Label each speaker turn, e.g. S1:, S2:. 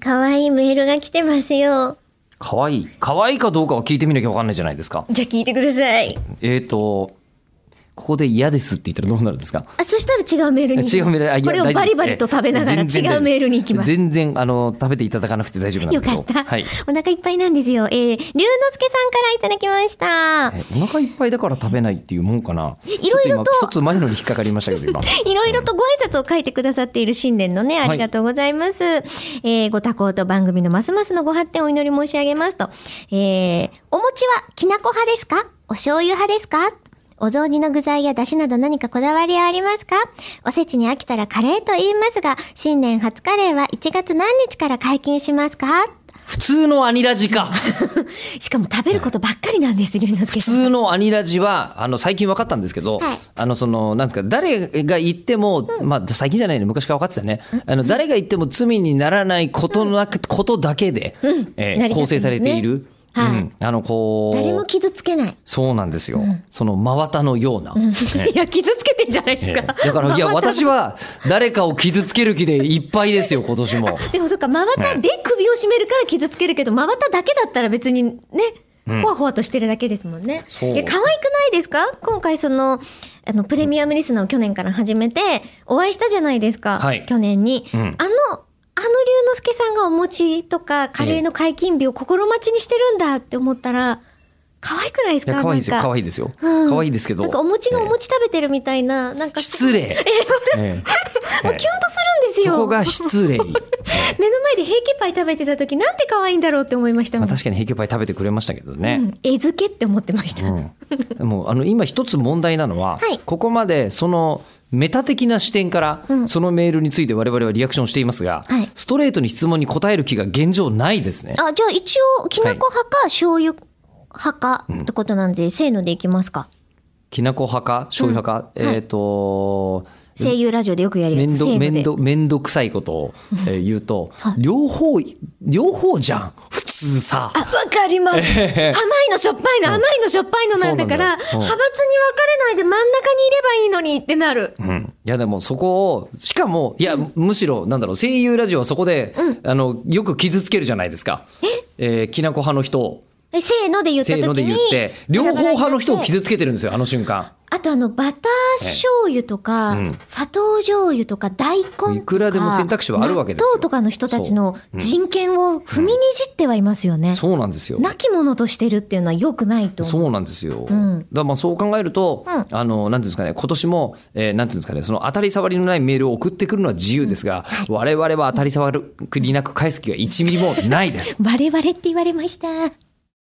S1: 可愛いメールが来てますよ。
S2: 可愛い可愛いかどうかは聞いてみなきゃわかんないじゃないですか。
S1: じゃあ聞いてください。
S2: えっ、と、ここで嫌ですって言ったらどうなるんですか
S1: あ、そしたら違うメールに。
S2: 違うメールあいや
S1: これを
S2: 大丈夫
S1: バ
S2: です
S1: リバリと食べながら
S2: 全然大丈夫で
S1: 違
S2: す
S1: うメールに行きます。
S2: 全然、あの、食べていただかなくて大丈夫なんで
S1: よ
S2: すけど。
S1: かった、
S2: はい。
S1: お腹いっぱいなんですよ。えー、龍之介さんからいただきました。
S2: えお腹いっぱいだから食べないっていうもんかな。
S1: いろいろと
S2: ちょっ今一つ前のに引っかかりましたけど、今。
S1: いろいろとご挨拶を書いてくださっている新年のね、
S2: はい
S1: ありがとうございます。えーご多幸と番組のますますのご発展をお祈り申し上げますと。えーお餅はきなこ派ですかお醤油派ですかお雑煮の具材や出汁など何かこだわりはありますかおせちに飽きたらカレーと言いますが、新年初カレーは1月何日から解禁しますか
S2: 普通のアニラジか。
S1: しかも食べることばっかりなんです、龍之介
S2: 普
S1: さん。
S2: 通のアニラジは、あの、最近分かったんですけど、
S1: はい
S2: あの、その、なんですか、誰が言っても、まあ、最近じゃないね、昔から分かってたね。あの、誰が言っても罪にならないことなく、ことだけで、えー
S1: 成り立ってますね
S2: 構成されている。
S1: はい
S2: うんあの、こう。
S1: 誰も傷つけない。
S2: そうなんですよ。その真綿のよう な。
S1: いや、傷つけてんじゃないですか。
S2: だか ら、いや、私は誰かを傷つける気でいっぱいですよ、今年も。
S1: でもそっか、まばたで首を絞めるから傷つけるけど、まばただけだったら別にね、ほわほわとしてるだけですもんね。
S2: そう
S1: いや可愛くないですか今回その、あの、プレミアムリスナーを去年から始めて、お会いしたじゃないですか。
S2: はい
S1: 去年に。
S2: ん
S1: あの、あの龍之介さんがお餅とかカレーの解禁日を心待ちにしてるんだって思ったら、可愛くないです
S2: い
S1: か
S2: や、可愛いですよ、
S1: なんか
S2: 可愛いですよ。
S1: うん
S2: 可愛いですけど。
S1: なんかお餅がお
S2: え
S1: 餅食べてるみたいな、なん
S2: え
S1: か
S2: 失礼。ええ
S1: もうキュンとするんです
S2: そ
S1: よ。
S2: こが 失礼。
S1: 目の前で平気パイ食べてた時なんて可愛いんだろうって思いました
S2: ま
S1: も
S2: あ、
S1: ん。
S2: 確かに平気パイ食べてくれましたけど
S1: う
S2: ね。
S1: ん、絵付けって思ってました。
S2: で もあの今一つ問題なの
S1: は
S2: は、
S1: い
S2: ここまでそのメタ的な視点から、そのメールについて我々はリアクションしていますが、
S1: はい
S2: ストレートに質問に答える気が現状ないですね。
S1: あ、じゃあ一応、きなこ派か醤油派かってことなんで、せーのでいきますか。
S2: きなこ派か醤油派か、
S1: うんはい
S2: えっ、と
S1: 声優ラジオでよくやる
S2: め
S1: やつ。せ
S2: んど
S1: ー
S2: め
S1: の
S2: ん
S1: で。
S2: どめんどくさいことをえー言 うと、両方両方じゃん普通さ
S1: あ、わかります。甘いのしょっぱいの、甘いのしょっぱいのなんだから、派閥
S2: そう
S1: に分
S2: なんだようん
S1: かれないで真ん中にいればいいのにってなる。
S2: うんいやでもそこをしかもいやむしろなんだろう声優ラジオはそこで、あのよく傷つけるじゃないですかえーきなこ派の人を
S1: えせーので言った
S2: せーの
S1: 時
S2: で言
S1: に
S2: って。両方派の人を
S1: バラバラになって
S2: 傷つけてるんですよあの瞬間
S1: あとあの、バター醤油とか、砂糖醤油とか、大根とか。
S2: いくらでも選択肢はあるわけですよ
S1: 納豆とかの人たちの人権を踏みにじってはいますよね。
S2: そうなんですよ
S1: なきものとしてるっていうのは良くないと思う。
S2: そうなんですよ、
S1: ん
S2: だからまあそう考えると、
S1: う
S2: あのなんていうんですかね今年も、えー、なんていうんですかねその当たり障りのないメールを送ってくるのは自由ですが、我々は当たり障りなく返す気が1ミリもないです
S1: 我々って言われました。